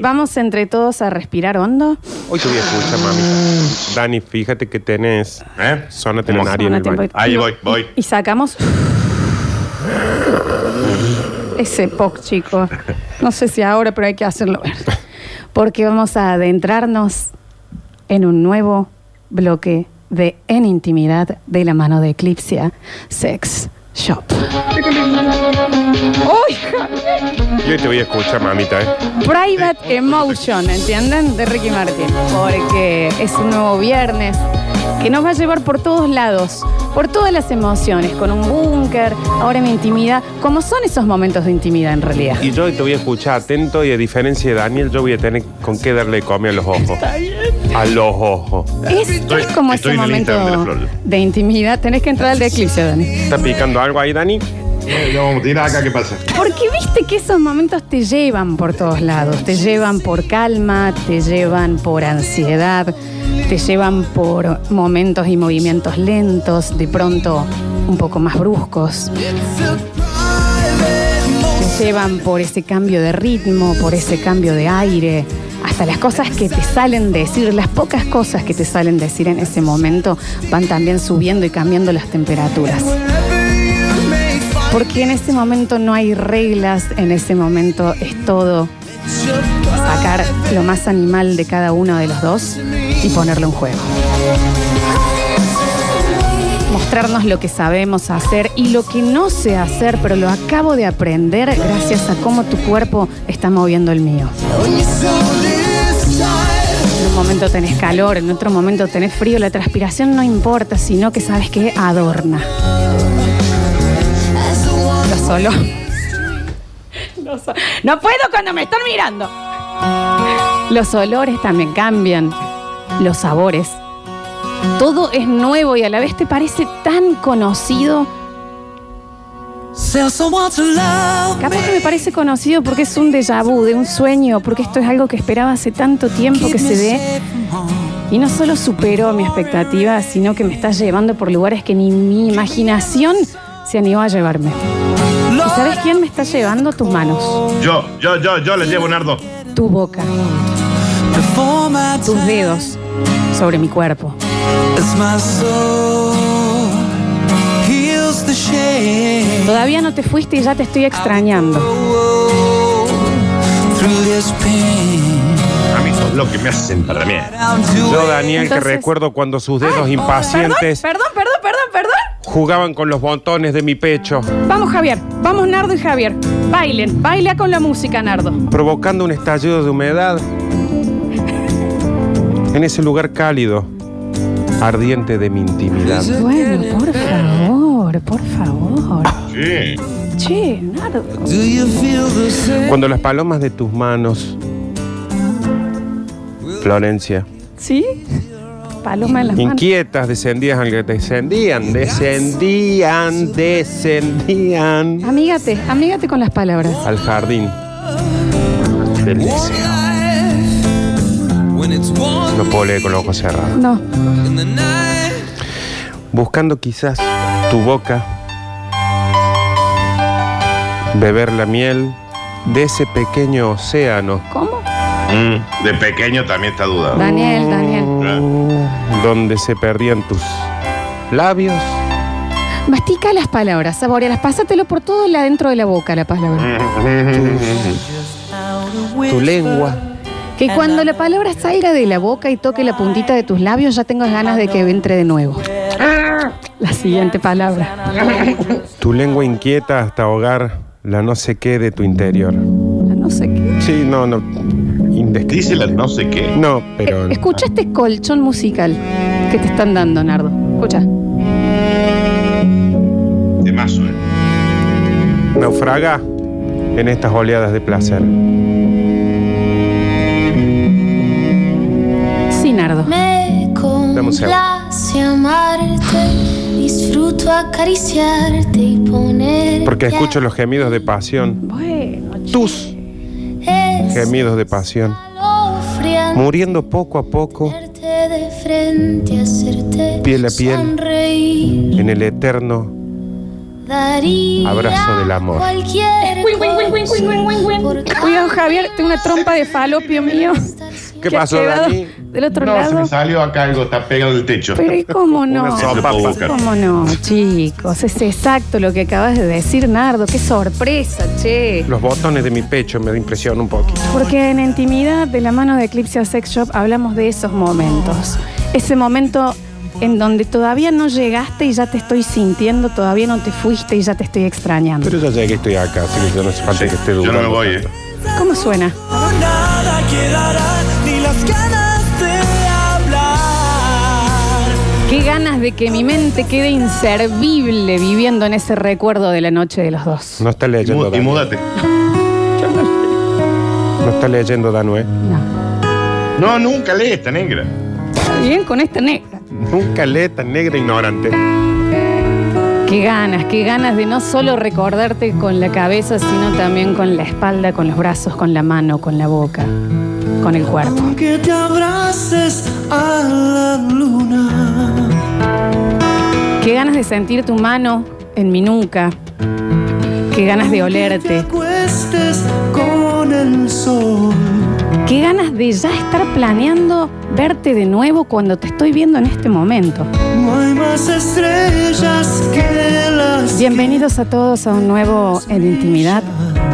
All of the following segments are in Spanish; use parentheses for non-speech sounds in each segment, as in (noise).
vamos entre todos a respirar hondo. Hoy te voy a escuchar, mami. Dani, fíjate que tenés ¿Eh? zona telenaria en Zona el baño. temporal. Ahí No. voy, voy. Y sacamos. Ese POC, chico. No sé si ahora, pero hay que hacerlo ver. Porque vamos a adentrarnos en un nuevo bloque de En Intimidad de la mano de Eclipsia Sex Shop. ¡Uy! Y hoy te voy a escuchar, mamita, ¿eh? Private Emotion, ¿entienden? De Ricky Martin. Porque es un nuevo viernes que nos va a llevar por todos lados, por todas las emociones, con un búnker, ahora en intimidad. ¿Cómo son esos momentos de intimidad en realidad? Y yo hoy te voy a escuchar atento y a diferencia de Daniel, yo voy a tener con qué darle comida a los ojos. A los ojos. Es, Estoy- es como estoy ese en el momento Instagram de la Flor. de intimidad. Tenés que entrar al de Eclipse, Dani. ¿Está picando algo ahí, Dani? Eh, ya vamos a tirar acá, ¿qué pasa? Porque viste que esos momentos te llevan por todos lados, te llevan por calma, te llevan por ansiedad, te llevan por momentos y movimientos lentos, de pronto un poco más bruscos. Te llevan por ese cambio de ritmo, por ese cambio de aire, hasta las cosas que te salen decir, las pocas cosas que te salen decir en ese momento van también subiendo y cambiando las temperaturas. Porque en ese momento no hay reglas, en ese momento es todo sacar lo más animal de cada uno de los dos y ponerlo en juego. Mostrarnos lo que sabemos hacer y lo que no sé hacer, pero lo acabo de aprender gracias a cómo tu cuerpo está moviendo el mío. En un momento tenés calor, en otro momento tenés frío, la transpiración no importa, sino que sabes que adorna. Lo solo. Los o- no puedo cuando me están mirando. Los olores también cambian, los sabores. Todo es nuevo y a la vez te parece tan conocido. Capaz que me parece conocido porque es un déjà vu, de un sueño, porque esto es algo que esperaba hace tanto tiempo que se dé. Y no solo superó mi expectativa, sino que me está llevando por lugares que ni mi imaginación se animó a llevarme. ¿Y sabes quién me está llevando? Tus manos, Yo, yo, yo, yo les llevo, Nardo. tu boca, tus dedos sobre mi cuerpo. Todavía no te fuiste y ya te estoy extrañando. Oh, A mí sos lo que me hacen para mí. Yo, Daniel, que Entonces- recuerdo cuando sus dedos Perdón, impacientes perdón, perdón, perdón, perdón. jugaban con los botones de mi pecho, Vamos, Javier. Vamos, Nardo y Javier. Bailen. Baila con la música, Nardo. provocando un estallido de humedad en ese lugar cálido, ardiente de mi intimidad. Bueno, por favor, por favor. Sí. Che, Nardo. Cuando las palomas de tus manos, Florencia, ¿Sí? Paloma en las manos. inquietas descendías al descendían, descendían, descendían Amígate, amígate con las palabras. al jardín del deseo. No puedo leer con los ojos cerrados. No. Buscando quizás tu boca, beber la miel de ese pequeño océano ¿Cómo? Mm, de pequeño también está (laughs) dudado. Daniel, Daniel. donde se perdían tus labios. Mastica las palabras, saborealas. Pásatelo por todo el adentro de la boca la palabra. tu lengua. Que cuando la palabra salga de la boca y toque la puntita de tus labios, ya tengas ganas de que entre de nuevo. La siguiente palabra. Tu lengua inquieta hasta ahogar la no sé qué de tu interior. La No sé qué. Sí, no, no. indescri- Dice la no sé qué. No, pero. Eh, Escucha este colchón musical que te están dando, Nardo. Escucha. De mazo, eh. Naufraga en estas oleadas de placer. Sí, Nardo. Me un segundo. complace amarte, disfruto acariciarte y poner. Porque escucho los gemidos de pasión. Bueno, Tus gemidos de pasión. Muriendo poco a poco de frente, hacerte Piel a piel. sonreír, en el eterno Daría Abrazo del amor. Cualquier cosa por tal Cuidado, Javier, tengo una trompa de falopio mío. estar sin- ¿Qué que ha pasó, quedado Dani? Del otro No, se lado. me salió acá algo, está pegado al techo. Pero ¿y cómo no? Una sopa, Lo puedo papá. buscar. ¿Cómo no, chicos? Es exacto lo que acabas de decir, Nardo. Qué sorpresa, che. Los botones de mi pecho me impresionan un poquito. Porque en Intimidad, de la mano de Eclipse Sex Shop, hablamos de esos momentos. Ese momento en donde todavía no llegaste y ya te estoy sintiendo, todavía no te fuiste y ya te estoy extrañando. Pero yo ya que estoy acá, así que yo no hace falta que esté Yo dudando. no me voy, eh. ¿Cómo suena? Nada quedará, ni las ganas de hablar. Qué ganas de que mi mente quede inservible viviendo en ese recuerdo de la noche de los dos. No está Y, leyendo, mu- y Danu. múdate. No está leyendo, Danu, ¿eh? No. No, nunca lee esta negra. Está Bien con esta negra. Nunca lee tan negra e ignorante. Qué ganas, qué ganas de no solo recordarte con la cabeza, sino también con la espalda, con los brazos, con la mano, con la boca, con el cuerpo. Aunque te abraces a la luna. Qué ganas de sentir tu mano en mi nuca. Qué ganas de Te olerte. acuestes con el sol. Qué ganas de ya estar planeando verte de nuevo cuando te estoy viendo en este momento. No hay más estrellas que las. Bienvenidos a todos a un nuevo En Intimidad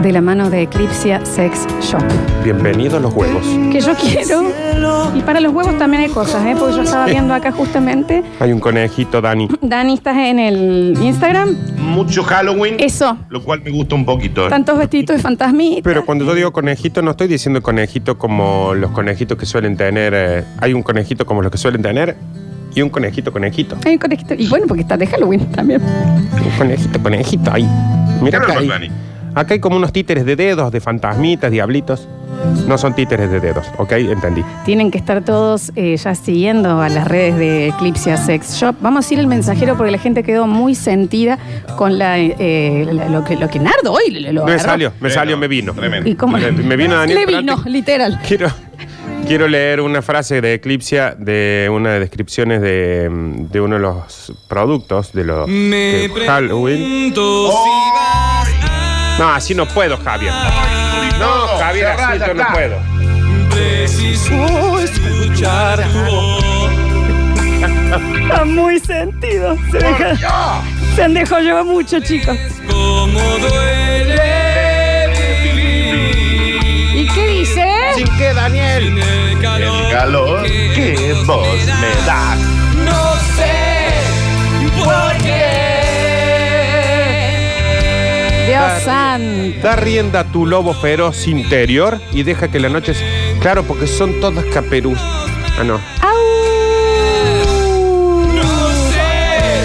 de la mano de Eclipsia Sex Shop. Bienvenidos los huevos. Que yo quiero. Cielo, Y para los huevos también hay cosas, ¿eh? Porque yo estaba viendo acá justamente. Hay un conejito, Dani. Dani, ¿estás en el Instagram? Mucho Halloween, Eso. lo cual me gusta un poquito. eh. Tantos vestiditos de fantasmita. Pero cuando yo digo conejito, no estoy diciendo conejito como los conejitos que suelen tener. eh, hay un conejito como los que suelen tener y un conejito, conejito. Hay un conejito. Y bueno, porque está de Halloween también. Un conejito, conejito, ahí. Mira Claro, acá, no, ahí. Dani. acá hay como unos títeres de dedos, de fantasmitas, diablitos. No son títeres de dedos, ¿ok? Entendí. Tienen que estar todos eh, ya siguiendo a las redes de Eclipse Sex Shop. Vamos a ir el mensajero porque la gente quedó muy sentida con la, eh, la- lo, que, lo que Nardo hoy le- lo Me agarró. salió, me Bueno, salió, me vino. tremendo. ¿Y cómo? Me, me vino (laughs) Daniel. Le Prati. vino, literal. Quiero, quiero leer una frase de Eclipsia de una de descripciones de, mm, de uno de los productos de los de Halloween. Oh. No, así no puedo, Javier. No, Javier, así yo no puedo. Preciso escuchar tu voz. Está muy sentido. Se, deja- se han dejado llevar mucho, chicos. Como duele vivir ¿Y qué dice? qué, Daniel? el El calor que vos me das. No sé por qué. Dios santo. Da rienda a tu lobo feroz interior y deja que la noche. se- Claro, porque son todas caperuz. Ah, no. No sé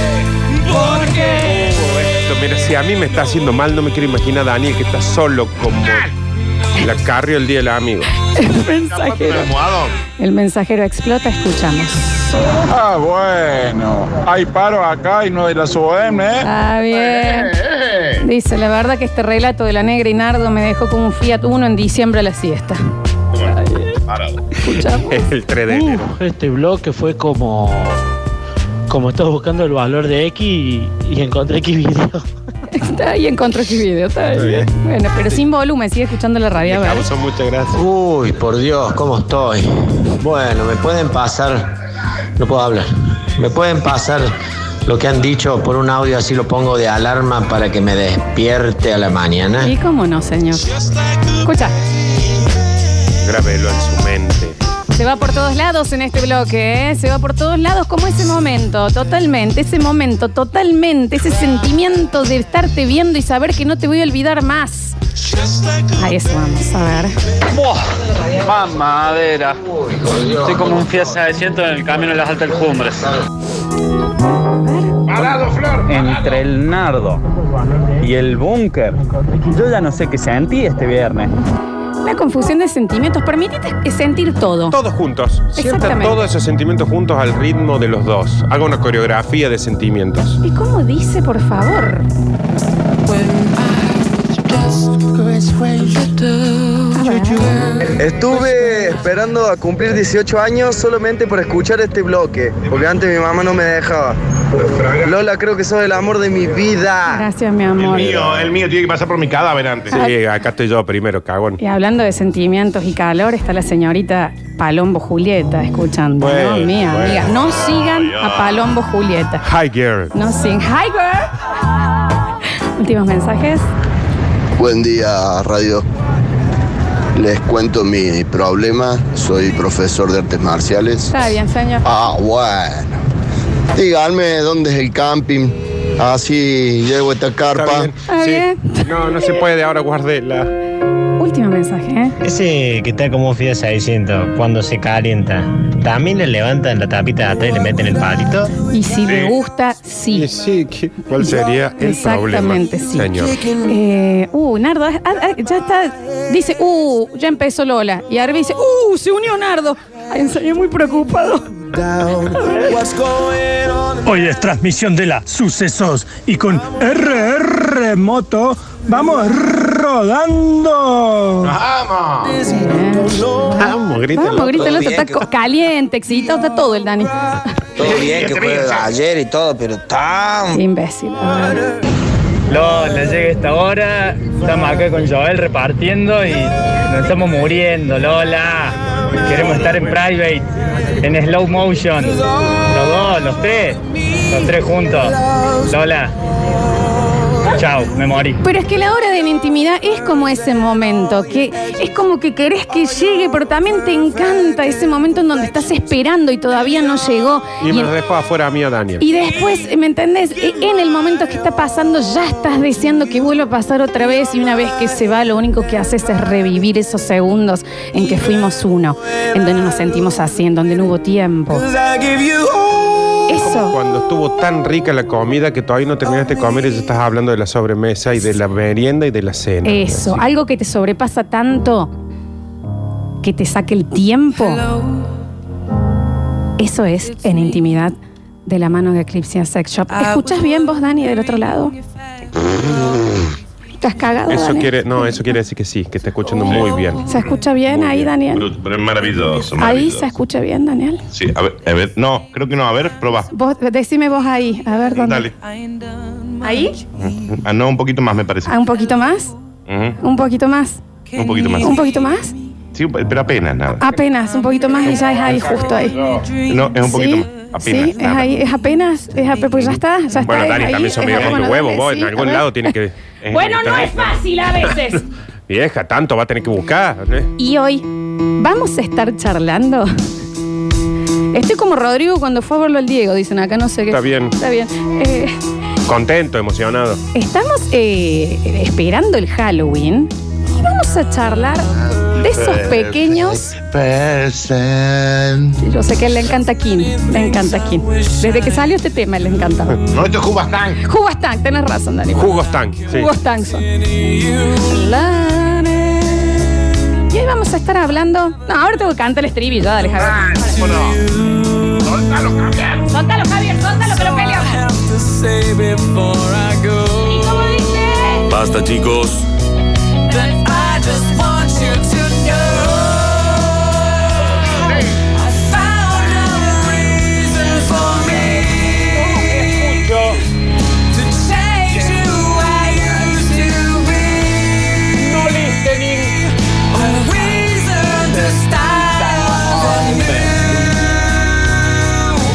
por qué. Oh, esto, mira, si a mí me está haciendo mal, no me quiero imaginar a Daniel que está solo como la carrio el día del amigo. El Un mensajero. almohadón. El mensajero explota, escuchamos. Ah, bueno. Hay paro acá y no de la solemne, ¿eh? Está Ah, bien. Eh, eh. Dice, la verdad que este relato de la negra y nardo me dejó con un Fiat Uno en diciembre a la siesta. Parado. Escuchamos. El 3 de enero. Uf, este bloque fue como. Como estás buscando el valor de X y, y encontré X video. Está ahí, encontró ese este video, está bien. Bueno, pero sin volumen, sigue escuchando la radio, a ver. Causó mucha gracia. Uy, por Dios, ¿cómo estoy? Bueno, me pueden pasar, no puedo hablar, me pueden pasar lo que han dicho por un audio, así lo pongo de alarma para que me despierte a la mañana. Ah. ¿Y cómo no, señor? Escucha, Grábelo en su mente. se va por todos lados en este bloque, ¿eh? Se va por todos lados como ese momento, totalmente, ese momento, totalmente, ese sentimiento de estarte viendo y saber que no te voy a olvidar más. Ahí eso vamos, a ver. Mamadera. Estoy como un Fiat 600 en el camino de las altas cumbres. Parado, Flor. entre el nardo y el búnker, yo ya no sé qué sentí este viernes. La confusión de sentimientos, permitite sentir todo. Todos juntos. Sientan Exactamente. todos esos sentimientos juntos al ritmo de los dos. Haga una coreografía de sentimientos. ¿Y cómo dice, por favor? A Estuve esperando a cumplir 18 años solamente por escuchar este bloque, porque antes mi mamá no me dejaba. Lola, creo que sos el amor de mi vida. Ah, Gracias, mi amor. El mío, el mío tiene que pasar por mi cadáver antes. Sí, acá estoy yo primero, cagón. Y hablando de sentimientos y calor, está la señorita Palombo Julieta escuchando. Bueno, no, mía, bueno. amiga. No sigan a Palombo Julieta. Hi, girl. No sigan. Hi, girl. (laughs) Últimos mensajes. Buen día, radio. Les cuento mi problema. Soy profesor de artes marciales. Está bien, señor. Ah, bueno. Díganme dónde es el camping. Así llevo esta carpa. Está bien. No, no se puede, ahora guardela. Último mensaje, ¿eh? Ese que está como Fiat 600, cuando se calienta, ¿también le levantan la tapita de atrás y le meten el palito? Y si le gusta, sí. Sí, ¿qué- ¿cuál sería el problema? Exactamente, sí. Señor. Eh, uh, Nardo, ah, ah, ya está. Dice, uh, ya empezó Lola. Y Arby dice, uh, se unió Nardo. Ay, en serio, muy preocupado. Hoy es transmisión de la Sucesos y con RR Moto vamos rodando. ¡Vamos! Vamos, Vamos, grítalo, Bien, está que- co- caliente, excitado, está todo el Dani. Todo bien que fue ayer y todo, pero tan. Imbécil. Lola, llega esta hora, estamos acá con Joel repartiendo y nos estamos muriendo, Lola. Queremos estar en private, en slow motion. Los dos, los tres, los tres juntos. Lola, chao, me morí. Pero es que la hora de la intimidad es como ese momento, que es como que querés que llegue, pero también te encanta ese momento en donde estás esperando y todavía no llegó. Y Y me en- lo dejo afuera a mí a Daniel. Y después, ¿me entendés? E- En el momento que está pasando, ya estás deseando que vuelva a pasar otra vez y una vez que se va, lo único que haces es revivir esos segundos en que fuimos uno, en donde nos sentimos así, en donde no hubo tiempo. Eso. Cuando estuvo tan rica la comida que todavía no terminaste de comer y ya estás hablando de la sobremesa y de la merienda y de la cena. Eso, algo que te sobrepasa tanto que te saque el tiempo. Eso es en intimidad de la mano de Eclipse Sex Shop. ¿Escuchas bien vos, Dani, del otro lado? ¿Estás cagado? Eso Dani? quiere, no, eso quiere decir que sí, que está escuchando muy bien. ¿Se escucha bien ahí, Daniel? Bruto, pero es maravilloso. Ahí maravilloso. se escucha bien, Daniel. Sí, a ver, a ver, no, creo que no, a ver, probá. Vos, decime vos ahí, a ver dónde. Dale. ¿Ahí? Ah, no, un poquito más me parece. Ah, ¿Un poquito más? Ujú. ¿Un poquito más? Un poquito más. ¿Un poquito más? Sí, pero apenas nada. Apenas, un poquito más y ya es ahí, justo ahí. No, es un poquito ¿Sí? más. Apenas. Sí, es nada. ahí, es apenas, es apenas, pues ya está, ya está. Bueno, es Dani, ahí, también son es medio apenas, rompe huevo, dale, vos sí, en a algún ver. lado tiene que. Bueno, no tenés- es fácil a veces. Vieja, tanto va a tener que buscar. ¿eh? (laughs) Y hoy vamos a estar charlando. Estoy como Rodrigo cuando fue a verlo al Diego, dicen acá, no sé qué. Está bien. Está bien. Eh, Contento, emocionado. Estamos eh, esperando el Halloween y vamos a charlar de esos pequeños. eh. Person. Yo sé que a él le encanta Kim, le encanta Kim. Desde que salió este tema le encantaba. No, esto es Jubastán. Jugastán, tenés razón, Dani. Jugostán, sí. Jugos Tanson. Y hoy vamos a estar hablando. No, ahora tengo que cantar el estribillo, dale, Javier. Soltalo, Javier. Soltalo, Javier, soltalo, que lo Basta, chicos.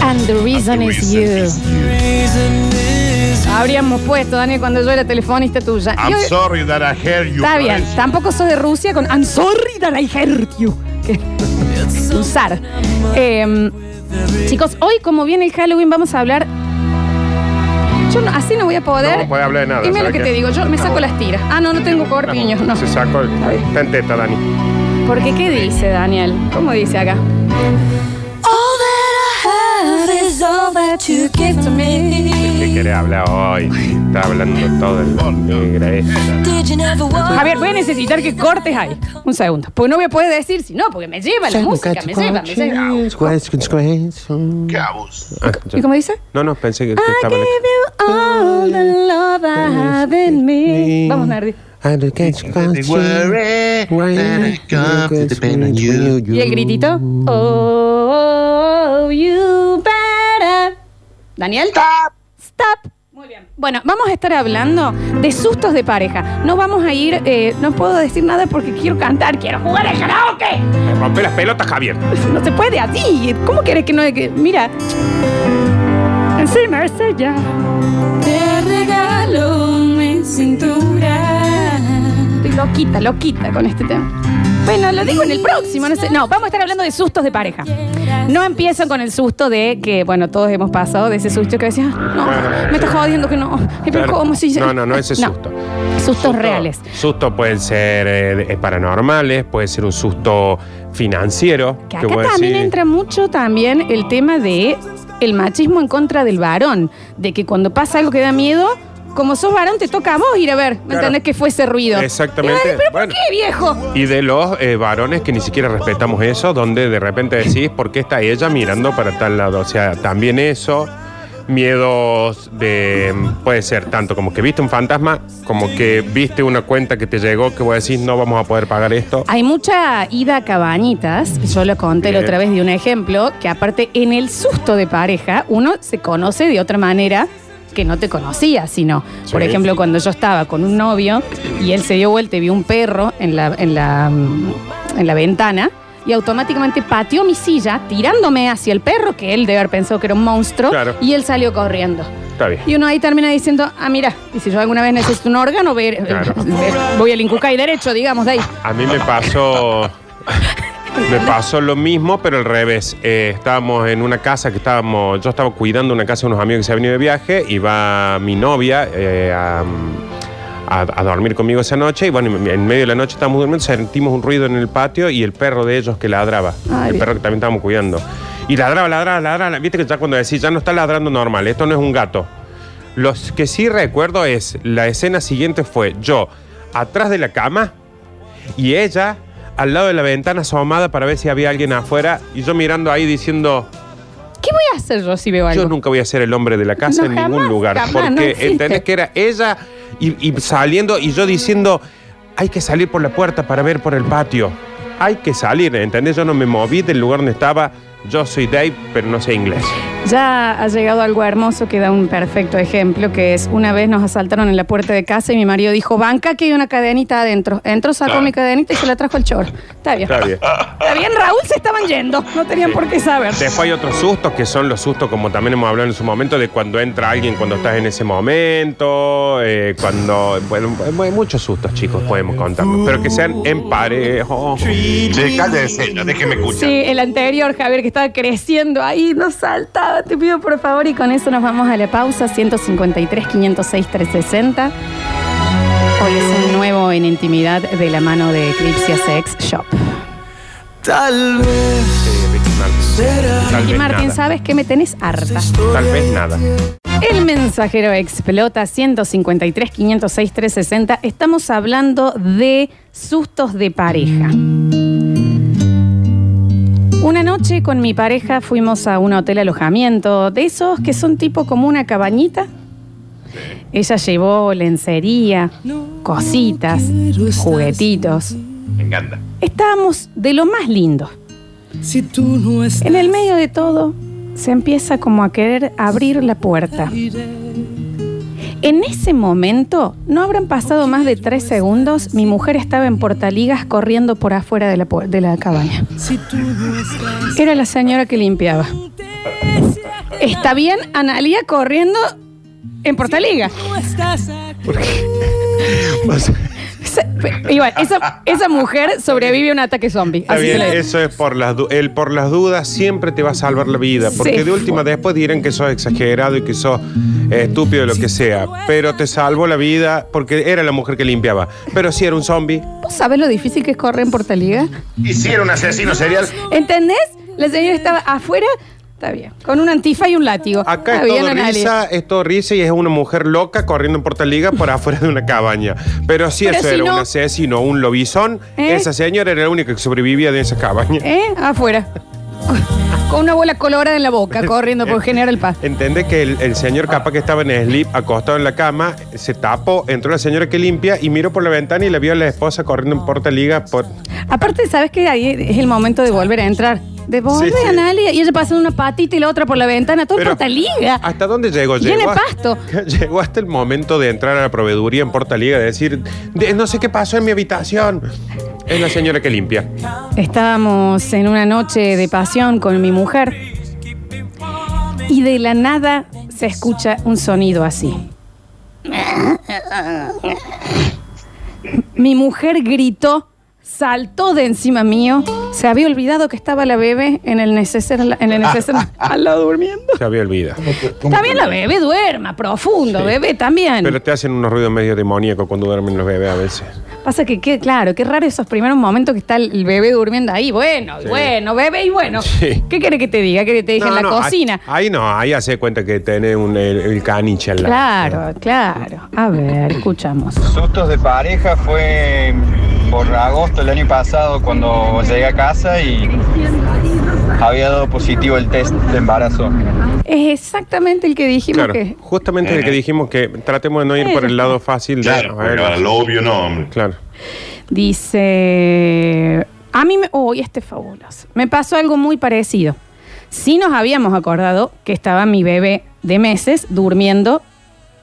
And the reason is you. Habríamos puesto, Dani, cuando yo era telefonista tuya. Y I'm hoy- sorry that I heard you. Está but bien, it's- tampoco sos de Rusia con I'm sorry that I hurt you. Que- Usar. Eh, chicos, hoy como viene el Halloween vamos a hablar... Yo no- así no voy a poder... No podés hablar de nada, Y mira lo ¿sabes que qué? te digo, yo me saco las tiras. Ah, no, no tengo corpiños, no. Se sacó el. Está en teta, Dani. Porque ¿qué dice Daniel? ¿Cómo dice acá? All that I have is all that you give to me. ¿Qué querés hablar hoy? Está hablando todo el negra esa. Did you never walk? Javier, voy a necesitar que cortes ahí. Un segundo. Pues no voy a poder decir si no, porque me lleva la música, me lleva, me lleva. ¿Qué abuso? ¿Y cómo Ah, dice? Ah, No, no, pensé que, que estaba en All the love I have in me. Vamos, Nardi. ¿Y el gritito? Oh, you better. Daniel. Stop. Stop. Muy bien. Bueno, vamos a estar hablando de sustos de pareja. No vamos a ir, eh, no puedo decir nada porque quiero cantar, quiero jugar al karaoke. Me rompe las pelotas, Javier. No se puede así. ¿Cómo quieres que no? que- mira. Encima, esa ya. Te regalo mi cintura. Estoy loquita, loquita con este tema. Bueno, lo digo en el próximo, no sé. No, vamos a estar hablando de sustos de pareja. No empiezo con el susto de que, bueno, todos hemos pasado de ese susto que decías, "Ah, no, me está jodiendo que no. Ay, Pero Claro. ¿cómo si No, no, no, ese susto. Sustos reales. Sustos pueden ser eh, eh, paranormales, puede ser un susto financiero. Que que acá vos también decís, entra mucho también el tema de el machismo en contra del varón. De que cuando pasa algo que da miedo, como sos varón, te toca a vos ir a ver. ¿Me Claro. entendés que fue ese ruido? Exactamente. Y vos decís, ¿Pero Bueno. por qué, viejo? Y de los eh, varones que ni siquiera respetamos eso, donde de repente decís, ¿por qué está ella mirando para tal lado? O sea, también eso, miedos de... mm, Puede ser tanto como que viste un fantasma, como que viste una cuenta que te llegó que vos decís, no vamos a poder pagar esto. Hay mucha ida a cabañitas, yo lo conté la Bien. otra vez de un ejemplo, que aparte en el susto de pareja uno se conoce de otra manera que no te conocía, sino, Sí. por ejemplo, cuando yo estaba con un novio y él se dio vuelta y vio un perro en la, en la, mm, en la ventana y automáticamente pateó mi silla tirándome hacia el perro, que él debe haber pensado que era un monstruo, Claro. y él salió corriendo. Está bien. Y uno ahí termina diciendo, ah, mira, y si yo alguna vez necesito un órgano, voy, a- (laughs) Claro. voy al Incucay derecho, digamos, de ahí. A mí me pasó. Me pasó lo mismo, pero al revés. Eh, estábamos en una casa que estábamos. Yo estaba cuidando una casa de unos amigos que se habían ido de viaje y va mi novia eh, a, a- a dormir conmigo esa noche. Y bueno, en medio de la noche estábamos durmiendo, sentimos un ruido en el patio y el perro de ellos que ladraba. Ay, el bien. perro que también estábamos cuidando. Y ladraba, ladraba, ladraba. Viste que ya cuando decís, ya no está ladrando normal, esto no es un gato. Los que sí recuerdo es, la escena siguiente fue yo atrás de la cama y ella al lado de la ventana asomada para ver si había alguien afuera y yo mirando ahí diciendo, ¿Qué voy a hacer yo si veo algo? yo nunca voy a ser el hombre de la casa No, en jamás, ningún lugar. jamás, porque no existe. entendés que era ella y, y saliendo y yo diciendo, hay que salir por la puerta para ver por el patio. Hay que salir, ¿entendés? Yo no me moví del lugar donde estaba. Yo soy Dave, pero no sé inglés. Ya ha llegado algo hermoso que da un perfecto ejemplo, que es una vez nos asaltaron en la puerta de casa y mi marido dijo, banca que hay una cadenita adentro. Entró, sacó Ah. mi cadenita y se la trajo al chor. Está bien. Está bien. Está bien, Raúl, se estaban yendo. No tenían por qué saber. Después hay otros sustos que son los sustos, como también hemos hablado en su momento, de cuando entra alguien cuando estás en ese momento, eh, cuando. Bueno, hay muchos sustos, chicos, podemos contarnos. Pero que sean en parejo. Che, cállese, no, déjeme escuchar. Sí, el anterior, Javier, que estaba creciendo ahí, nos saltaba, te pido por favor. Y con eso nos vamos a la pausa. 153, 506, 360. Hoy es un nuevo en intimidad de la mano de Eclipse Sex Shop. Tal vez será. Tal Y vez Martín, nada. sabes que me tenés harta. Tal vez nada. El mensajero explota 153 506 360. Estamos hablando de sustos de pareja. Una noche con mi pareja fuimos a un hotel alojamiento, de esos que son tipo como una cabañita. Ella llevó lencería, cositas, juguetitos. Me encanta. Estábamos de lo más lindo. En el medio de todo, se empieza como a querer abrir la puerta. En ese momento, no habrán pasado más de tres segundos, mi mujer estaba en portaligas corriendo por afuera de la, pu- de la cabaña. Era la señora que limpiaba. Está bien, Analia corriendo en portaligas. Esa- Igual, esa, esa mujer sobrevive a un ataque zombie. Está así se bien, le- eso es por las, du- el por las dudas siempre te va a salvar la vida. Porque Sí. de última después dirán que sos exagerado y que sos eh, estúpido, lo que sea. Pero te salvó la vida porque era la mujer que limpiaba. Pero si era un zombie. ¿Vos sabés lo difícil que es correr en portaligas? Y si era un asesino serial, ¿Entendés? La señora estaba afuera, está bien, con un antifa y un látigo. está Acá es bien, todo Analia. risa, es todo risa y es una mujer loca corriendo en (laughs) portaliga por afuera de una cabaña. Pero si Pero eso si era no- un asesino, un lobizón, ¿Eh? esa señora era la única que sobrevivía de esa cabaña. ¿Eh? Afuera. con una bola colorada en la (laughs) boca corriendo por General Paz. Entendés que el, el señor capaz que estaba en sleep, acostado en la cama, se tapó, entró la señora que limpia y miró por la ventana y le vio a la esposa corriendo en portaliga por... Aparte, ¿sabes que Ahí es el momento de volver a entrar. De volver Sí, sí. a Nalia y ella pasando una patita y la otra por la ventana, todo en Pero, portaliga. ¿Hasta dónde llegó? Llena de Llegó hasta- pasto. (laughs) Llegó hasta el momento de entrar a la proveeduría en Portaliga de decir, "De- no sé qué pasó en mi habitación. Es la señora que limpia. Estábamos en una noche de pasión con mi mujer y de la nada se escucha un sonido así. Mi mujer gritó, saltó de encima mío, se había olvidado que estaba la bebé en el neceser, en el (laughs) neceser al lado durmiendo. Se había olvidado. Está bien la bebé, duerma, profundo, Sí. bebé también. Pero te hacen unos ruidos medio demoníacos cuando duermen los bebés a veces. Pasa que, qué, claro, qué raro esos primeros momentos que está el el bebé durmiendo ahí. Bueno, y Sí. bueno, bebé y bueno. Sí. ¿Qué quiere que te diga? ¿Quiere que te dije en la ahí- cocina? Ahí, no, ahí hace cuenta que tiene un, el, el caniche al lado. Eh, Claro, claro. A ver, escuchamos. Sustos de pareja fue por agosto del año pasado cuando llegué a casa y había dado positivo el test de embarazo. Es exactamente el que dijimos Claro, que. justamente el que dijimos que tratemos de no ir por el lado fácil. Claro, de, porque lo obvio no, hombre. Claro. Dice. A mí me. Uy, este es fabuloso. Me pasó algo muy parecido. Sí nos habíamos acordado que estaba mi bebé de meses durmiendo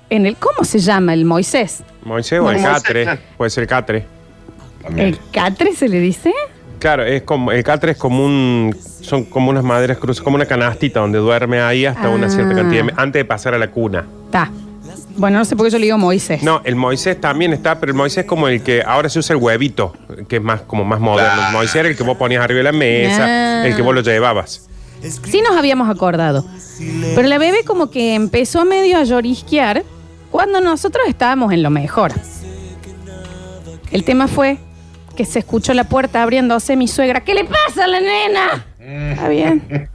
en el. ¿Cómo se llama? El Moisés. Moisés o el Moisés. catre. Puede ser catre. ¿El catre se le dice? Claro, es como, el catre es como un, son como unas maderas cruzadas, como una canastita donde duerme ahí hasta una cierta Ah. cantidad, de- antes de pasar a la cuna. Está. Bueno, no sé por qué yo le digo Moisés. No, el Moisés también está, pero el Moisés es como el que ahora se usa el huevito, que es más como más moderno. El Moisés era el que vos ponías arriba de la mesa, Ah. el que vos lo llevabas. Sí nos habíamos acordado. Pero la bebé como que empezó medio a llorisquear cuando nosotros estábamos en lo mejor. El tema fue que se escuchó la puerta abriéndose mi suegra. ¿Qué le pasa a la nena? Está bien,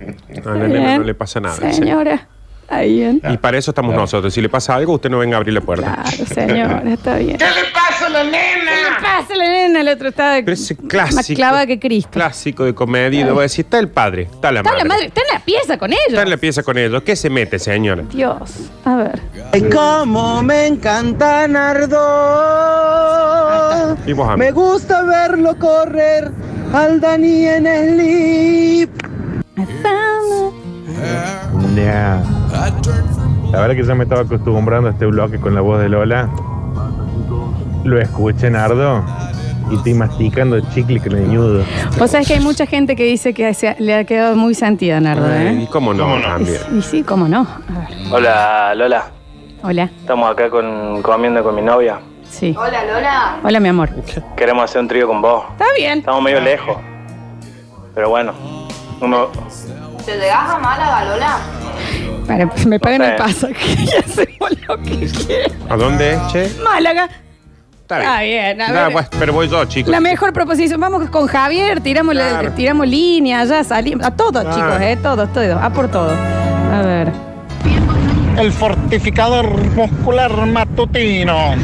A la nena Bien. Mm. (laughs) no le pasa nada. sí. señora. Está bien. Y para eso estamos nosotros. Si le pasa algo, usted no venga a abrir la puerta. Claro, señora, está bien. ¿Qué le pasa a la nena? le pasa a la nena? El otro está Pero ese más clásico, clava que Cristo. clásico de comedia, y le voy a decir, está el padre, está la Está madre. la madre, está en la pieza con Está ellos. en la pieza con ellos. ¿Qué se mete, señora? Dios, a ver. Como me encanta Nardo. Y vos, Me amigo. gusta verlo correr al Dani en slip. Nah. La verdad que ya me estaba acostumbrando a este bloque con la voz de Lola. Lo escuché, Nardo, y estoy masticando chicle greñudo. Vos sabés que hay mucha gente que dice que se ha- le ha quedado muy santida, Nardo, ¿eh? ¿Y cómo no? también? Y sí, cómo no. A ver, Hola, Lola. hola. Estamos acá con, comiendo con mi novia. Sí. Hola, Lola. Hola, mi amor. Queremos hacer un trío con vos. Está bien. Estamos medio lejos. Pero bueno. uno- ¿Te llegas a Málaga, Lola? Para, me pagan No sé. el (laughs) pasaje y hacemos lo que quieran. ¿A dónde, che? Málaga. Está bien. Está bien, a Nah, ver. pues, pero voy yo, chicos. La mejor proposición. Vamos con Javier, tiramos, la- Claro. tiramos línea, ya salimos. A todos, Claro. chicos, ¿eh? Todos, todos. A por todos. A ver. El fortificador muscular matutino.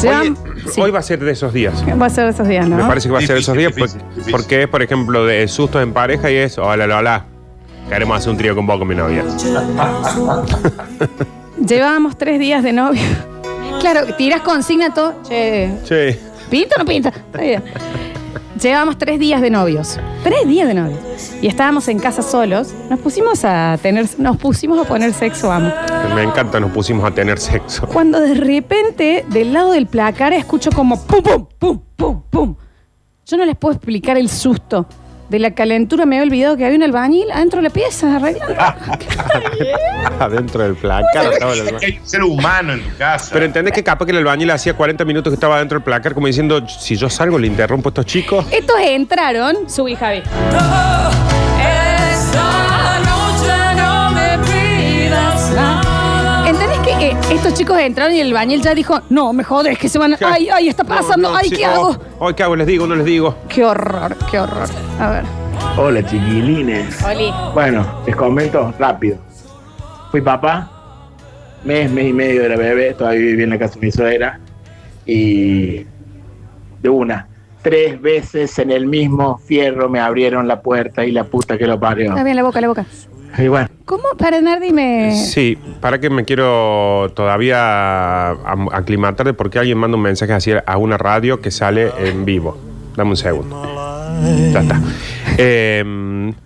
Oye, Hoy va a ser de esos días. Va a ser esos días, ¿no? Me parece que va a ser de esos días por- porque es, por ejemplo, de sustos en pareja y es, hola, Lola, queremos hacer un trío con vos, con mi novia. Llevábamos tres días de novio. Claro, tiras consigna todo. Che, Sí. ¿Pinta o no pinta? Está bien. Llevábamos tres días de novios. Tres días de novios. Y estábamos en casa solos. Nos pusimos a tener, nos pusimos a poner sexo, amo. Me encanta, nos pusimos a tener sexo. Cuando de repente, del lado del placar, escucho como pum, pum, pum, pum, pum. Yo no les puedo explicar el susto. De la calentura me había olvidado que había un albañil adentro de la pieza arreglando. (laughs) Adentro del placar. estaba el albañil. Hay un ser humano en tu casa. Pero entendés que capaz que el albañil hacía 40 minutos que estaba dentro del placar, como diciendo, si yo salgo, le interrumpo a estos chicos. Estos entraron, subí Javi. Esta noche no me pidas nada. ¿Entendés que eh, estos chicos entraron y el bañil ya dijo, no, me jodes, que se van a... Ay, ay, está pasando, No, no, ay, sí, ¿qué oh, hago? oh, ¿qué hago? Les digo, no les digo. Qué horror, qué horror. A ver. Hola chiquilines. Oli. Bueno, les comento rápido. Fui papá, mes, mes y medio de la bebé, todavía viví en la casa de mi suegra. Y de una, Tres veces en el mismo fierro me abrieron la puerta y la puta que lo parió. Está bien, la boca, la boca. Y bueno, ¿Cómo? Para Nardi dime. Sí, para que me quiero todavía am- aclimatar de por qué alguien manda un mensaje así a una radio que sale en vivo. Dame un segundo. Ya está. Eh,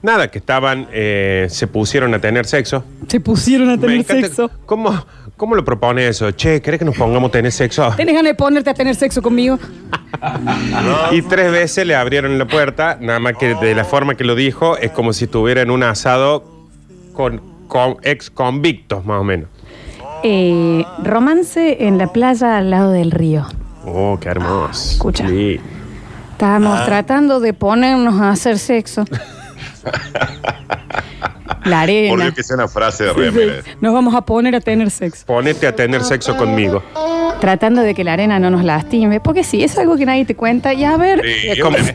nada, que estaban, eh, se pusieron a tener sexo. Se pusieron a Me tener encanta- sexo. ¿Cómo, ¿Cómo lo propone eso? Che, ¿crees que nos pongamos a tener sexo? (laughs) ¿Tenés ganas de ponerte a tener sexo conmigo? Y tres veces le abrieron la puerta, nada más que de la forma que lo dijo, es como si estuviera en un asado con, con ex convictos, más o menos. Eh, romance en la playa al lado del río. Oh, qué hermoso. Escucha. Estábamos Ah. tratando de ponernos a hacer (laughs) sexo. la Por arena. Dios que sea una frase de Sí, sí. Remere. Nos vamos a poner a tener sexo. Ponete a tener sexo conmigo. Tratando de que la arena no nos lastime. Porque sí, es algo que nadie te cuenta. Y a ver. es, como, es un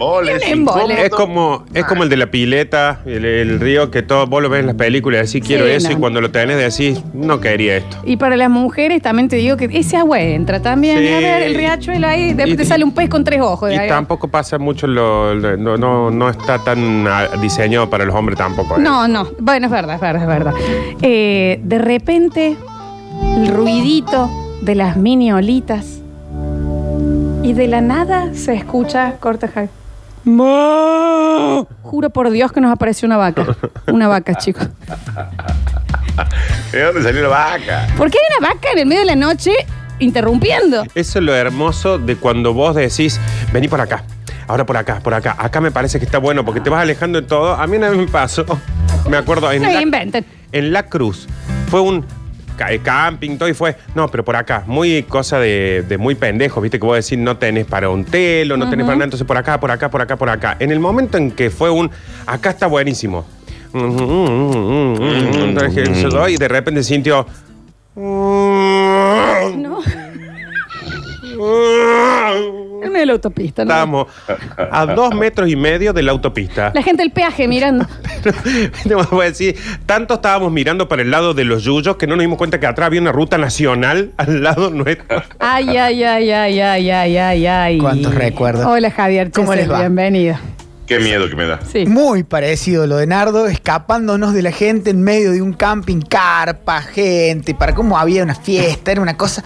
embole. incómodo. es como es como el de la pileta, el, el río que todo, vos lo ves en las películas, decís quiero Sí, eso no. y cuando lo tenés decís no quería esto. Y para las mujeres también te digo que ese agua entra también. Y a Sí. ver, el riachuelo ahí, de repente Y- sale un pez con tres ojos. de Y ahí. tampoco pasa mucho, lo, lo- no, no, no está tan ah, diseñado para los hombres tampoco. ¿eh? No, no. Bueno, es verdad, es verdad, es verdad. Eh, de repente, el ruidito de las mini olitas. Y de la nada se escucha, corta Javi. ¡Mua! Juro por Dios que nos apareció una vaca. Una (laughs) vaca, chicos. ¿De dónde salió la vaca? ¿Por qué hay una vaca en el medio de la noche interrumpiendo? Eso es lo hermoso de cuando vos decís, vení por acá, ahora por acá, por acá. Acá me parece que está bueno porque te vas alejando de todo. A mí una vez me pasó, me acuerdo, en, No la, inventen. en La Cruz fue un ca- eh, camping, todo y fue, no, pero por acá, muy cosa de, de muy pendejo, viste que vos decís, no tenés para un telo, no tenés Ujú. para nada, entonces por acá, por acá, por acá, por acá. En el momento en que fue un, acá está buenísimo. Y de repente sintió, (laughs) No. En medio de la autopista, ¿no? Estábamos a dos metros y medio de la autopista. La gente del peaje mirando. (laughs) Te voy a decir, tanto estábamos mirando para el lado de los yuyos que no nos dimos cuenta que atrás había una ruta nacional (laughs) al lado (laughs) nuestro. Ay, ay, ay, ay, ay, ay, ay, ay. ¿Cuántos recuerdos? Hola, Javier. ¿Cómo Chesel, les va? Bienvenido. Qué miedo que me da. Muy parecido lo de Nardo, escapándonos de la gente en medio de un camping, carpa, gente, para cómo había una fiesta, era una cosa.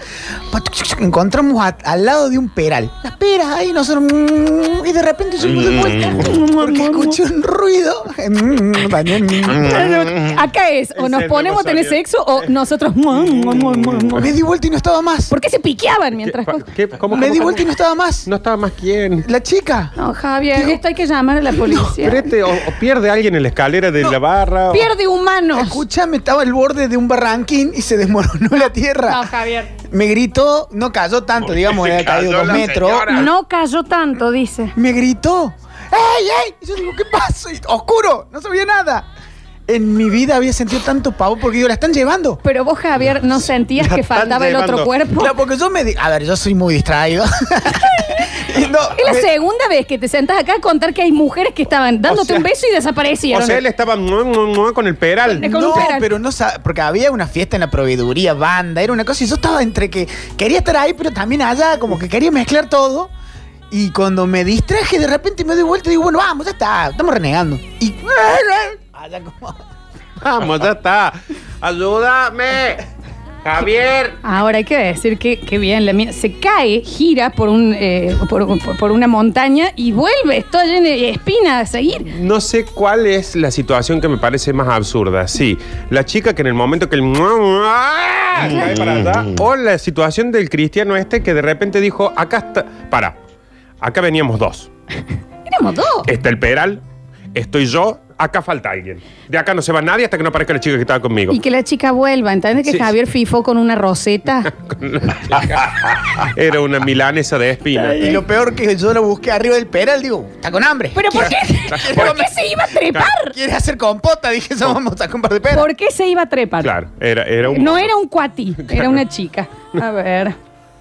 Encontramos a- al lado de un peral. Las peras ahí, nosotros. mm, Y de repente yo me doy vuelta porque escuché un ruido. Mm, también, mm. Acá es, o nos ponemos a tener sexo o nosotros. Me di vuelta y no estaba más. ¿Por Mm. qué se piqueaban mientras.? Me di vuelta y no estaba más. No estaba más quién. La chica. No, Javier, esto hay que llamar a la policía. Pero este, o, o pierde alguien en la escalera de la barra. o- Pierde humanos. Escúchame, estaba al borde de un barranquín y se desmoronó la tierra. No, Javier. Me gritó, no cayó tanto, digamos, se había caído cayó dos la metros. señora? No cayó tanto, dice. Me gritó, ¡Ey, ey! Y yo digo, ¿qué pasa? Y oscuro, no se veía nada. En mi vida había sentido tanto pavo porque digo, la están llevando. Pero vos, Javier, ¿no sentías que faltaba el otro cuerpo? Claro, porque yo me. di- A ver, yo soy muy distraído. Y no, Es la me- segunda vez que te sentás acá a contar que hay mujeres que estaban dándote un beso y desaparecieron. O sea, él estaba mua, mua, mua con el peral. (laughs) con no, un peral. pero no sa- porque había una fiesta en la proveeduría, banda, era una cosa y yo estaba entre que quería estar ahí, pero también allá, como que quería mezclar todo. Y cuando me distraje, de repente me doy vuelta y digo, bueno, vamos, ya está, estamos renegando. Y Vamos, ya está. (laughs) Ayúdame. Javier. Ahora hay que decir que, que bien, la mina se cae, gira por, un, eh, por, por- por una montaña y vuelve, está llena de espinas a seguir. No sé cuál es la situación que me parece más absurda. Sí, la chica que en el momento que el Mm. mua, mua, cae para allá, o la situación del cristiano este que de repente dijo, acá está, para, acá veníamos dos. Éramos dos. Está el peral, estoy yo, acá falta alguien. De acá no se va nadie hasta que no aparezca la chica que estaba conmigo. Y que la chica vuelva, ¿entendés que Sí. Javier fifó con una (laughs) roseta? Era una milanesa de espina. Y lo peor que yo lo busqué arriba del peral, digo, está con hambre. ¿Pero por qué? ¿Por qué se iba a trepar? Quiere hacer compota, dije, eso vamos a comprar de peras. ¿Por qué se iba a trepar? Claro, era, era un... No era un (laughs) cuati, era una chica. A ver.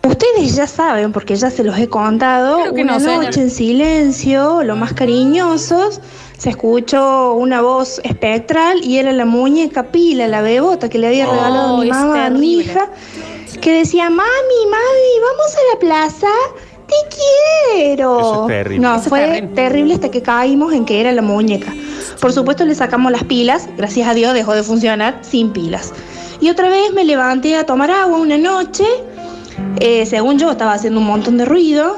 Ustedes ya saben, porque ya se los he contado, Creo que una no, señor. noche en silencio, lo más cariñosos, se escuchó una voz espectral y era la muñeca Pila, la bebota que le había Oh, regalado mi es mamá a mi terrible. hija, que decía, mami, mami, vamos a la plaza, te quiero. Eso es terrible. No, Eso es fue terrible. terrible. hasta que caímos en que era la muñeca. Por supuesto le sacamos las pilas, gracias a Dios dejó de funcionar sin pilas. Y otra vez me levanté a tomar agua una noche, Eh, según yo estaba haciendo un montón de ruido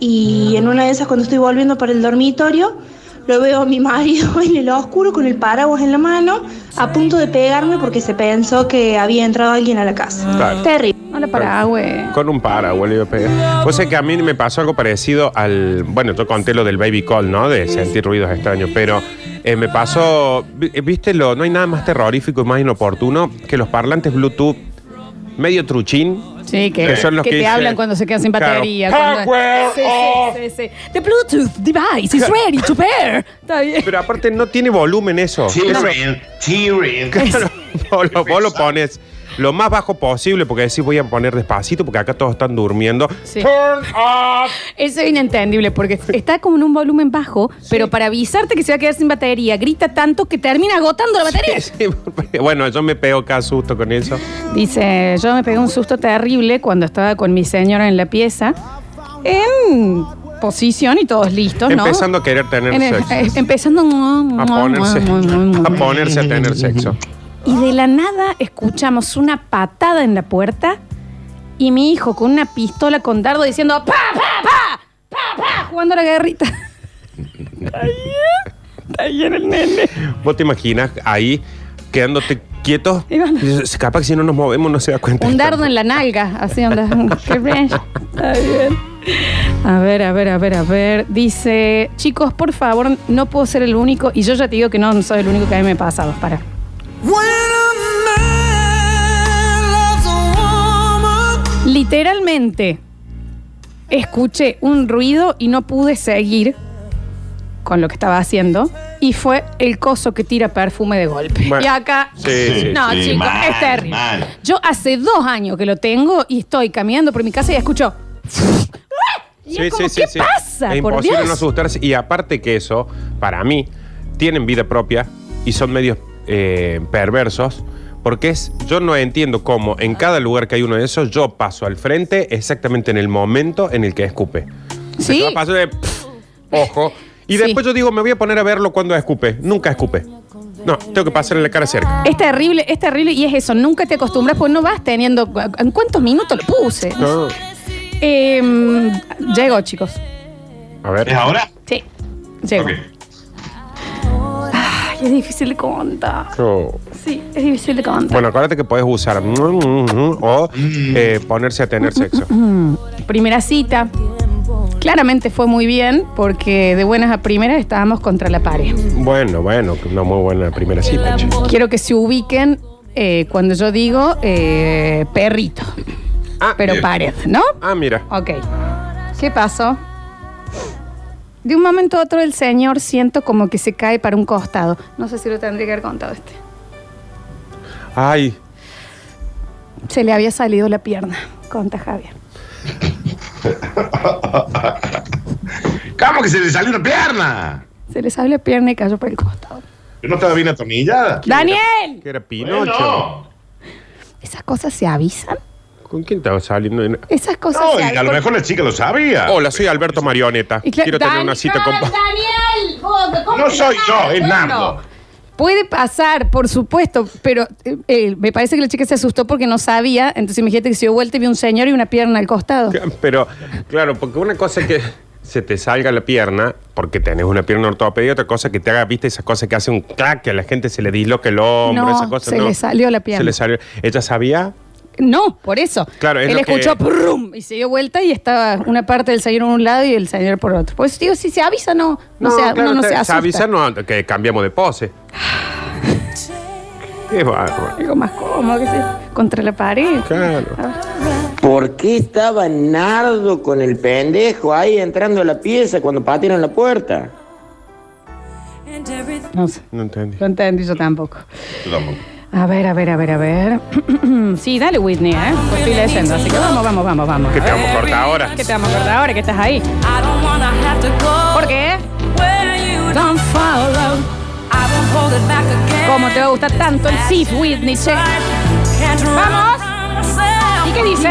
y en una de esas cuando estoy volviendo para el dormitorio lo veo a mi marido (laughs) en el oscuro con el paraguas en la mano a punto de pegarme porque se pensó que había entrado alguien a la casa. Claro. Terrible. Hola, Paragüe. Con un paraguas le iba a pegar. O sea que a mí me pasó algo parecido al. Bueno, yo conté lo del baby call, ¿no? De sentir ruidos extraños, pero eh, me pasó. vi- eh, ¿Viste lo? No hay nada más terrorífico y más inoportuno que los parlantes Bluetooth medio truchín. Sí, que, Que son los que que te dicen- hablan cuando se quedan sin Claro. batería. Hardware cuando- Sí, sí, sí, sí. The Bluetooth device is ready to pair. Está bien. Pero aparte no tiene volumen eso. (laughs) Cheering, cheering. Claro, vos lo, vos lo pones lo más bajo posible porque decís voy a poner despacito porque acá todos están durmiendo. Sí. (laughs) Eso es inentendible porque está como en un volumen bajo, pero para avisarte que se va a quedar sin batería, grita tanto que termina agotando la batería. Bueno, yo me pego cada susto con eso. Dice, yo me pegué un susto terrible cuando estaba con mi señora en la pieza, en posición y todos listos, ¿no? Empezando a querer tener En el- sexo. eh, empezando A ponerse, a ponerse a tener sexo. Y de la nada escuchamos una patada en la puerta y mi hijo con una pistola con dardo diciendo ¡Pa, pa, pa! ¡Pa, pa! Jugando a la guerrita. Está bien el nene. ¿Vos te imaginas ahí quedándote quietos? Y van- Y dices, Capaz que si no nos movemos no se da cuenta. Un dardo en la nalga, así onda. Qué bello. Está bien. A ver, a ver, a ver, a ver. Dice, chicos, por favor, no puedo ser el único. Y yo ya te digo que no soy el único que a mí me pasa. Vos, Para. Literalmente escuché un ruido y no pude seguir con lo que estaba haciendo. Y fue el coso que tira perfume de golpe. Bueno, y acá. sí, sí, no, sí, chicos, mal, es terrible. mal. Yo hace dos años que lo tengo y estoy caminando por mi casa y escucho. Sí, es como, ¿qué pasa? Es Por imposible Dios. no asustarse. Y aparte que eso, para mí, tienen vida propia y son medios eh, perversos. Porque es, yo no entiendo cómo en cada lugar que hay uno de esos, yo paso al frente exactamente en el momento en el que escupe. Sí. Yo paso de pff, ojo. Y después yo digo, me voy a poner a verlo cuando escupe. Nunca escupe. No, tengo que pasarle la cara cerca. Es terrible, es terrible y es eso. Nunca te acostumbras pues no vas teniendo. ¿En cuántos minutos lo puse? No. Em, llego, chicos. A ver. ¿Es ahora? Sí, llego. Ay, es difícil de contar. Oh. Sí, es difícil de contar. Bueno, acuérdate que puedes usar mm, mm, mm, o eh, ponerse a tener sexo. Mm, Primera cita. Claramente fue muy bien porque de buenas a primeras estábamos contra la pared. Bueno, bueno, una muy buena primera cita. che. Quiero que se ubiquen eh, cuando yo digo eh, perrito. pero bien. pared, ¿no? Ah, mira. Ok. ¿Qué pasó? De un momento a otro el señor siento como que se cae para un costado. No sé si lo tendría que haber contado este. Ay, Se le había salido la pierna, conta Javier. ¿Cómo que se le salió una pierna? Se le salió la pierna y cayó para el costado. No estaba bien atornillada. ¡Daniel! que era Pinocho. Bueno. ¿Esas cosas se avisan? ¿Con quién estaba saliendo? Esas cosas No, se y avisan. a lo mejor la chica lo sabía. Hola, soy Alberto Marioneta. Y cla- Quiero tener una cita con. Daniel, Daniel, vos, ¿cómo No te soy llamas? yo, es Bueno, Nardo. Puede pasar, por supuesto, pero eh, eh, me parece que la chica se asustó porque no sabía. Entonces imagínate que se dio vuelta y vi un señor y una pierna al costado. (laughs) Pero, claro, porque una cosa es que se te salga la pierna porque tenés una pierna ortopédica, otra cosa es que te haga, viste, esas cosas que hace un clac, que a la gente se le disloque el hombro, No, esas cosas. se le salió la pierna. Se le salió. Ella sabía. No, por eso. Claro, es Él lo escuchó que- "Prum", y se dio vuelta y estaba una parte del señor en un lado y el señor por otro. Por eso digo, si se avisa, no. No, se, claro, uno no te- se se asusta. avisa, no, que cambiamos (sighs) de pose. Qué bárbaro. Algo más cómodo, que sé, contra la pared. Claro. ¿Por qué estaba Nardo con el pendejo ahí entrando a la pieza cuando patearon la puerta? No sé. No entendí. No entendí yo tampoco. Yo tampoco. A ver, a ver, a ver, a ver. (clears throat) sí, dale Whitney, ¿eh? Pues Estoy leyendo, así que vamos, vamos, vamos, vamos. Que te vamos a cortar ahora. ¿Qué te vamos a acordar ahora que estás ahí? ¿Por qué? ¿Cómo te va a gustar tanto el Sif Whitney, che? ¡Vamos! ¿Y qué dice?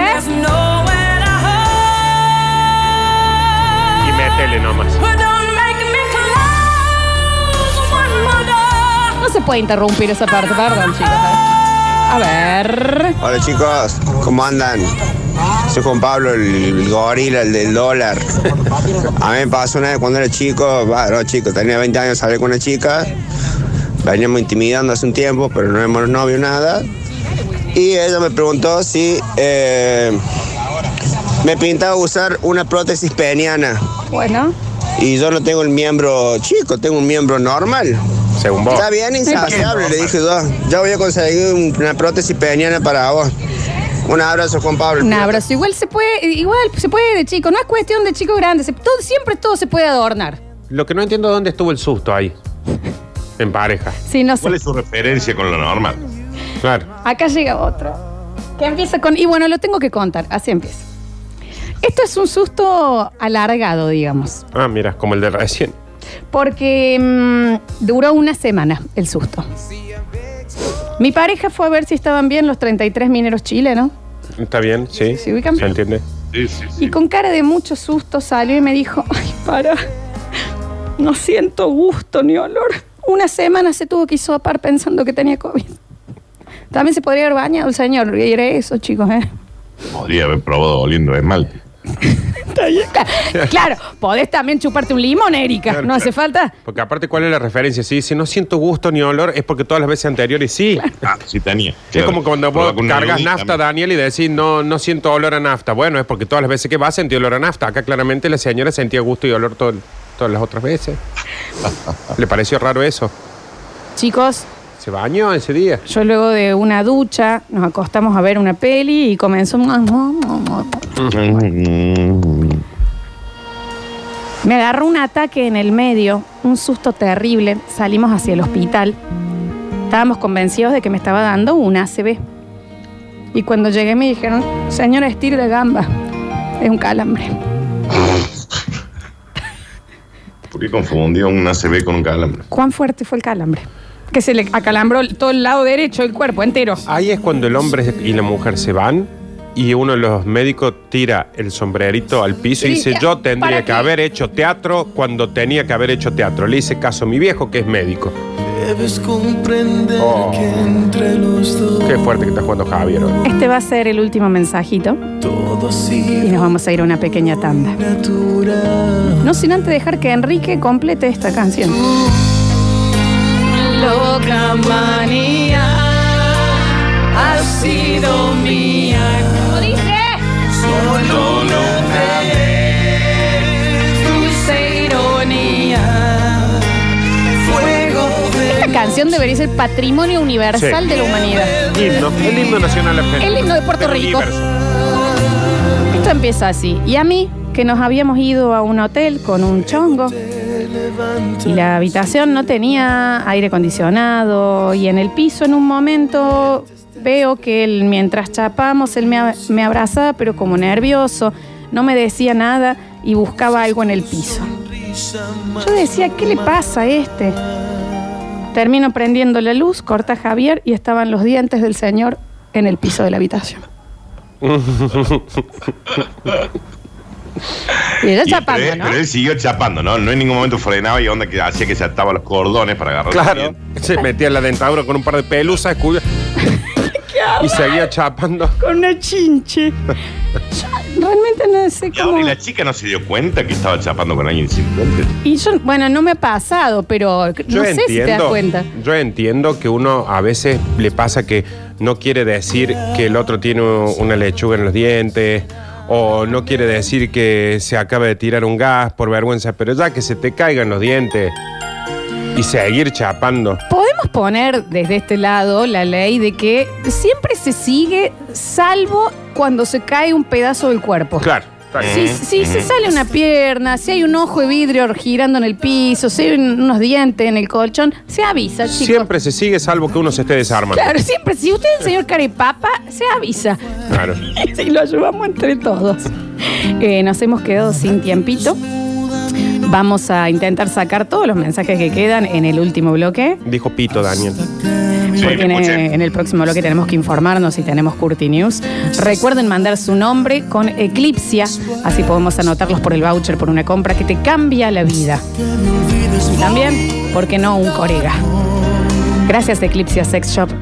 métele nomás. No se puede interrumpir esa parte, perdón, chicos. A ver. Hola chicos, ¿cómo andan? Soy Juan Pablo, el, el gorila, el del dólar. A mí me pasó una vez cuando era chico, bueno, chico, tenía 20 años, salí con una chica, veníamos intimidando hace un tiempo, pero no éramos novios nada. Y ella me preguntó si eh, me pintaba usar una prótesis peniana. Bueno. Y yo no tengo el miembro chico, tengo un miembro normal. Según vos. Está bien, insaciable, le dije yo. Ya voy a conseguir un- una prótesis peniana para vos. Un abrazo, Juan Pablo. Un abrazo. Igual se puede, igual se puede de chico. No es cuestión de chico grande. se- todo- siempre todo se puede adornar. Lo que no entiendo dónde estuvo el susto ahí. En pareja. Sí, no sé. ¿Cuál es su referencia con lo normal? Claro. Acá llega otro. Que empieza con. Y bueno, lo tengo que contar. Así empieza. Esto es un susto alargado, digamos. Ah, mira, como el de recién. Porque mm, duró una semana el susto. Mi pareja fue a ver si estaban bien los 33 mineros chilenos. Está bien, sí. ¿Se ubican? entiende? Sí, sí, Y con cara de mucho susto salió y me dijo, ay, para, no siento gusto ni olor. Una semana se tuvo que hisopar pensando que tenía COVID. También se podría haber bañado el señor. Y era eso, chicos, ¿eh? Podría haber probado oliendo esmalte. Está bien. (laughs) Claro, podés también chuparte un limón, Erika. No hace falta. Porque aparte, ¿cuál es la referencia? Si dice, no siento gusto ni olor, es porque todas las veces anteriores sí. Ah, sí tenía. Es como cuando vos Probaba con una cargas luz nafta, también. Daniel, y decís, no, no siento olor a nafta. Bueno, es porque todas las veces que vas sentí olor a nafta. Acá claramente la señora sentía gusto y olor todo- todas las otras veces. ¿Le pareció raro eso? Chicos, ¿Se bañó ese día? yo luego de una ducha nos acostamos a ver una peli y comenzó... Me agarró un ataque en el medio, un susto terrible. Salimos hacia el hospital. Estábamos convencidos de que me estaba dando un ACV. Y cuando llegué me dijeron, señora, estire la gamba. Es un calambre. ¿Por qué confundió un ACB con un calambre? ¿Cuán fuerte fue el calambre? Que se le acalambró todo el lado derecho del cuerpo entero. Ahí es cuando el hombre y la mujer se van y uno de los médicos tira el sombrerito al piso y Sí, dice, ya, yo ¿para tendría qué? que haber hecho teatro cuando tenía que haber hecho teatro. Le hice caso a mi viejo, que es médico. Debes comprender Oh. que entre los dos Qué fuerte que está jugando Javier. hoy. Este va a ser el último mensajito. Y nos vamos a ir a una pequeña tanda. No sin antes dejar que Enrique complete esta canción. loca manía ha sido mía. ¿Cómo dice? Solo una vez. Dulce ironía. Fuego Esta canción debería ser patrimonio universal Sí. de la humanidad. Himno, el himno nacional argentino. El himno de Puerto Del Rico. universo. Esto empieza así. Y a mí, que nos habíamos ido a un hotel con un chongo y la habitación no tenía aire acondicionado y en el piso en un momento veo que él, mientras chapamos, él me, a- me abrazaba, pero como nervioso, no me decía nada y buscaba algo en el piso. Yo decía, ¿qué le pasa a este? Termino prendiendo la luz, corta Javier y estaban los dientes del señor en el piso de la habitación. Y ella Y- chapando, pero, él- ¿no? pero él siguió chapando, ¿no? No en ningún momento frenaba y onda que hacía que se ataba los cordones para agarrar. Claro. Se metía en la dentadura con un par de pelusas (laughs) cuya- y seguía chapando. Con una chinche. Yo realmente no sé Y ahora, cómo. ¿y la chica no se dio cuenta que estaba chapando con alguien simplemente. Y yo, bueno, no me ha pasado, pero no sé si te das cuenta. Yo entiendo que uno a veces le pasa que no quiere decir que el otro tiene una lechuga en los dientes o no quiere decir que se acaba de tirar un gas por vergüenza, pero ya que se te caigan los dientes y seguir chapando. Podemos poner desde este lado la ley de que siempre se sigue, salvo cuando se cae un pedazo del cuerpo. Claro. Si, si se sale una pierna, si hay un ojo de vidrio girando en el piso, si hay un- unos dientes en el colchón, se avisa, chicos. Siempre se sigue salvo que uno se esté desarmando. Claro, siempre. Si usted es el señor Carepapa, se avisa. Claro. (laughs) y lo ayudamos entre todos. Eh, nos hemos quedado sin tiempito. Vamos a intentar sacar todos los mensajes que quedan en el último bloque. Dijo Pito Daniel. Sí, porque en, me escuché. en el próximo bloque tenemos que informarnos si tenemos Curti News. Recuerden mandar su nombre con Eclipsia, así podemos anotarlos por el voucher, por una compra que te cambia la vida. Y también, ¿por qué no un corega? Gracias Eclipsia Sex Shop.